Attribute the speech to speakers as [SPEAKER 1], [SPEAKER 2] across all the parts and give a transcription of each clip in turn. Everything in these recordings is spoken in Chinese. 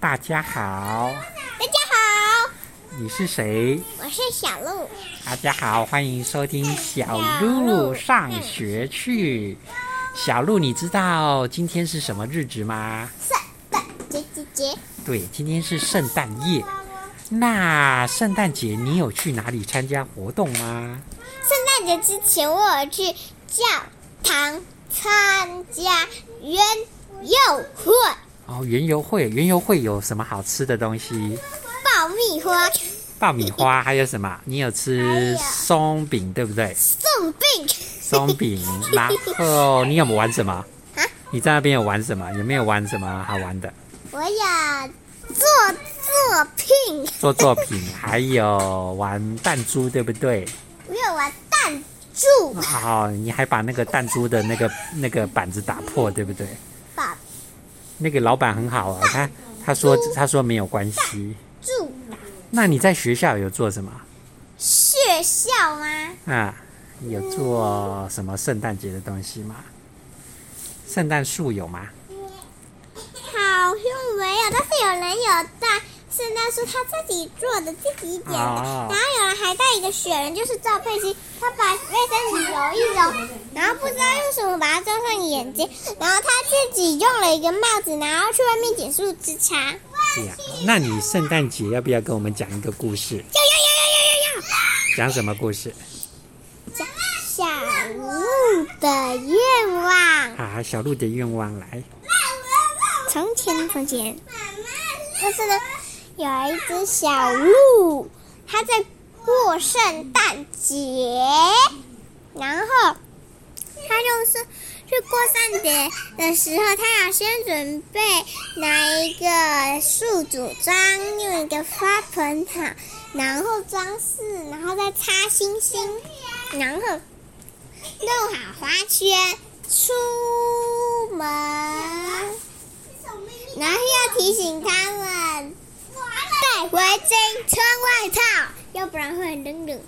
[SPEAKER 1] 大家好，
[SPEAKER 2] 大家好，
[SPEAKER 1] 你是谁？
[SPEAKER 2] 我是小鹿。
[SPEAKER 1] 大家好，欢迎收听小鹿上学去。小鹿，你知道今天是什么日子吗？
[SPEAKER 2] 圣诞节姐姐，
[SPEAKER 1] 对，今天是圣诞夜。那圣诞节你有去哪里参加活动吗？
[SPEAKER 2] 圣诞节之前我有去教堂参加园游会，
[SPEAKER 1] 哦，园游会，园游会有什么好吃的东西？
[SPEAKER 2] 爆米花
[SPEAKER 1] 爆米花，还有什么？你有吃松饼对不对？
[SPEAKER 2] 送病，
[SPEAKER 1] 松饼，然后你有没有玩什么？你在那边有玩什么？有没有玩什么好玩的？
[SPEAKER 2] 我有做作品，
[SPEAKER 1] 做作品，还有玩弹珠，对不对？
[SPEAKER 2] 我有玩弹珠，
[SPEAKER 1] 哦，你还把那个弹珠的那个那个板子打破，对不对？
[SPEAKER 2] 把
[SPEAKER 1] 那个老板很好啊，他他说他说没有关系。
[SPEAKER 2] 住
[SPEAKER 1] 那你在学校有做什么
[SPEAKER 2] 学校吗？
[SPEAKER 1] 啊？有做什么圣诞节的东西吗？圣诞树有吗？
[SPEAKER 2] 好像没有，但是有人有带圣诞树，他自己做的，自己点的。
[SPEAKER 1] 哦
[SPEAKER 2] 然后有人还带一个雪人，就是赵佩琪，他把卫生纸揉一揉，然后不知道用什么把它装上眼睛，然后他自己用了一个帽子，然后去外面捡树枝茶。有有有有
[SPEAKER 1] 这样，那你圣诞节要不要跟我们讲一个故事？
[SPEAKER 2] 有有有！
[SPEAKER 1] 讲什么故事
[SPEAKER 2] 小小鹿的愿望。
[SPEAKER 1] 啊？小鹿的愿望来，
[SPEAKER 2] 从前，从前，就是呢，有一只小鹿，它在过圣诞节，然后它就是去过圣诞节的时候，它要先准备拿一个树组装，用一个花盆好，然后装饰，然后再插星星，然后弄好花圈，出门。然后要提醒他们带围巾、穿外套，要不然会很冷冷。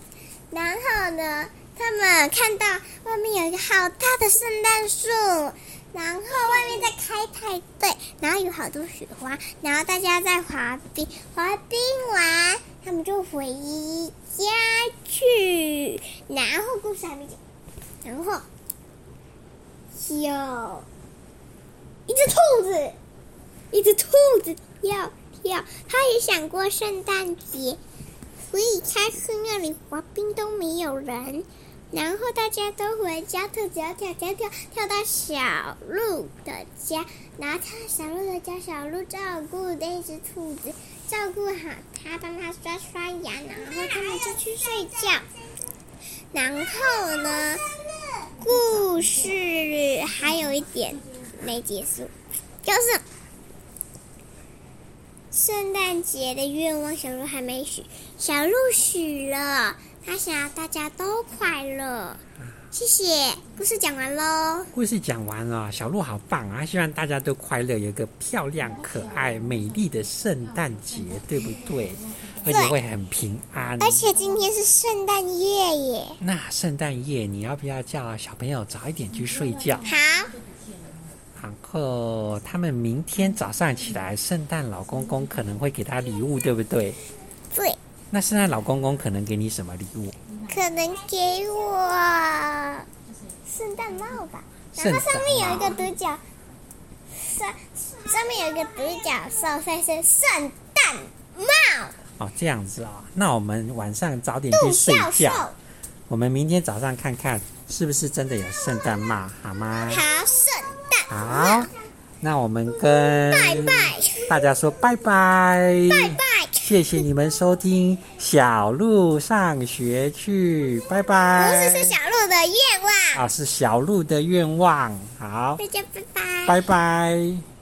[SPEAKER 2] 然后呢，他们看到外面有一个好大的圣诞树，然后外面在开派对，然后有好多雪花，然后大家在滑冰，滑冰完他们就回家去。然后故事还没讲，然后有一只兔子。一只兔子跳跳，它也想过圣诞节，所以它去那里滑冰都没有人，然后大家都回家，兔子要跳跳跳跳到小鹿的家，然后它小鹿的家，小鹿照顾那只兔子，照顾好它，帮它刷刷牙，然后它们就去睡觉。然后呢，故事还有一点没结束，就是。圣诞节的愿望，小鹿还没许。小鹿许了，他想要大家都快乐。谢谢，故事讲完喽。
[SPEAKER 1] 故事讲完了，小鹿好棒啊！希望大家都快乐，有一个漂亮、可爱、美丽的圣诞节，对不对？而且会很平安。
[SPEAKER 2] 而且今天是圣诞夜耶。
[SPEAKER 1] 那圣诞夜你要不要叫小朋友早一点去睡觉？
[SPEAKER 2] 好，
[SPEAKER 1] 然后他们明天早上起来，圣诞老公公可能会给他礼物，对不对？
[SPEAKER 2] 对，
[SPEAKER 1] 那圣诞老公公可能给你什么礼物？
[SPEAKER 2] 可能给我圣诞帽吧，然后上面
[SPEAKER 1] 啊
[SPEAKER 2] 有一个独角，上上面有一个独角兽，所以是圣诞帽，
[SPEAKER 1] 哦，这样子哦，那我们晚上早点去
[SPEAKER 2] 独
[SPEAKER 1] 睡
[SPEAKER 2] 角兽。
[SPEAKER 1] 觉。我们明天早上看看是不是真的有圣诞帽，好吗？
[SPEAKER 2] 好，圣诞帽
[SPEAKER 1] 好，那我们跟
[SPEAKER 2] 拜拜。
[SPEAKER 1] 大家说拜拜，
[SPEAKER 2] 拜拜。
[SPEAKER 1] 谢谢你们收听小鹿上学去，拜
[SPEAKER 2] 不
[SPEAKER 1] 拜。
[SPEAKER 2] 是是小鹿的愿望。
[SPEAKER 1] 啊，是小鹿的愿望，好，
[SPEAKER 2] 大家拜拜。
[SPEAKER 1] 拜拜。